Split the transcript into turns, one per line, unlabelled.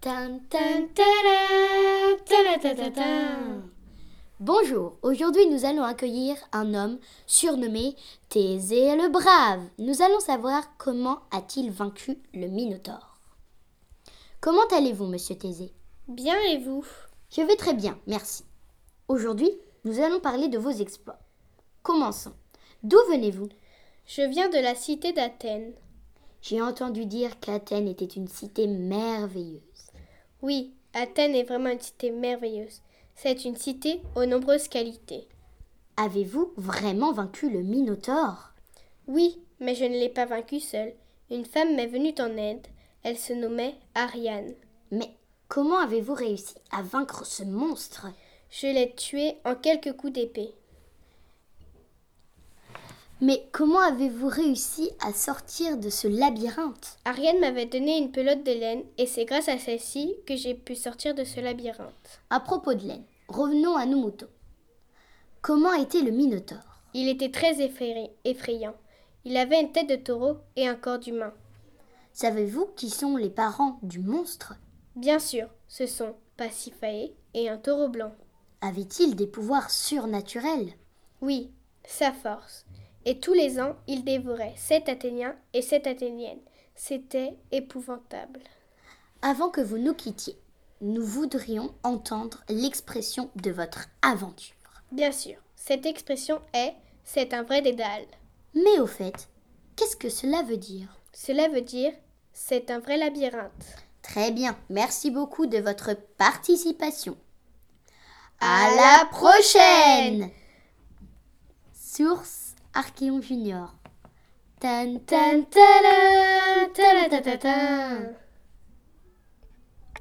Tan, tan, tada, tada, tada, tada. Bonjour, aujourd'hui nous allons accueillir un homme surnommé Thésée le Brave. Nous allons savoir comment a-t-il vaincu le Minotaure. Comment allez-vous, monsieur Thésée
Bien et vous
Je vais très bien, merci. Aujourd'hui, nous allons parler de vos exploits. Commençons. D'où venez-vous
Je viens de la cité d'Athènes.
J'ai entendu dire qu'Athènes était une cité merveilleuse.
Oui, Athènes est vraiment une cité merveilleuse. C'est une cité aux nombreuses qualités.
Avez-vous vraiment vaincu le Minotaure
Oui, mais je ne l'ai pas vaincue seule. Une femme m'est venue en aide. Elle se nommait Ariane.
Mais comment avez-vous réussi à vaincre ce monstre
Je l'ai tuée en quelques coups d'épée.
Mais comment avez-vous réussi à sortir de ce labyrinthe
Ariane m'avait donné une pelote de laine et c'est grâce à celle-ci que j'ai pu sortir de ce labyrinthe.
À propos de laine, revenons à nos moutons. Comment était le Minotaure
Il était très effrayé- effrayant. Il avait une tête de taureau et un corps d'humain.
Savez-vous qui sont les parents du monstre
Bien sûr, ce sont Pasiphae et un taureau blanc.
Avait-il des pouvoirs surnaturels
Oui, sa force. Et tous les ans, il dévorait sept Athéniens et sept Athéniennes. C'était épouvantable.
Avant que vous nous quittiez, nous voudrions entendre l'expression de votre aventure.
Bien sûr, cette expression est c'est un vrai dédale.
Mais au fait, qu'est-ce que cela veut dire
Cela veut dire c'est un vrai labyrinthe.
Très bien, merci beaucoup de votre participation.
À la prochaine
Source Archéon Junior. Tan tan
Tan, tadam, tadam, tadam, tadam.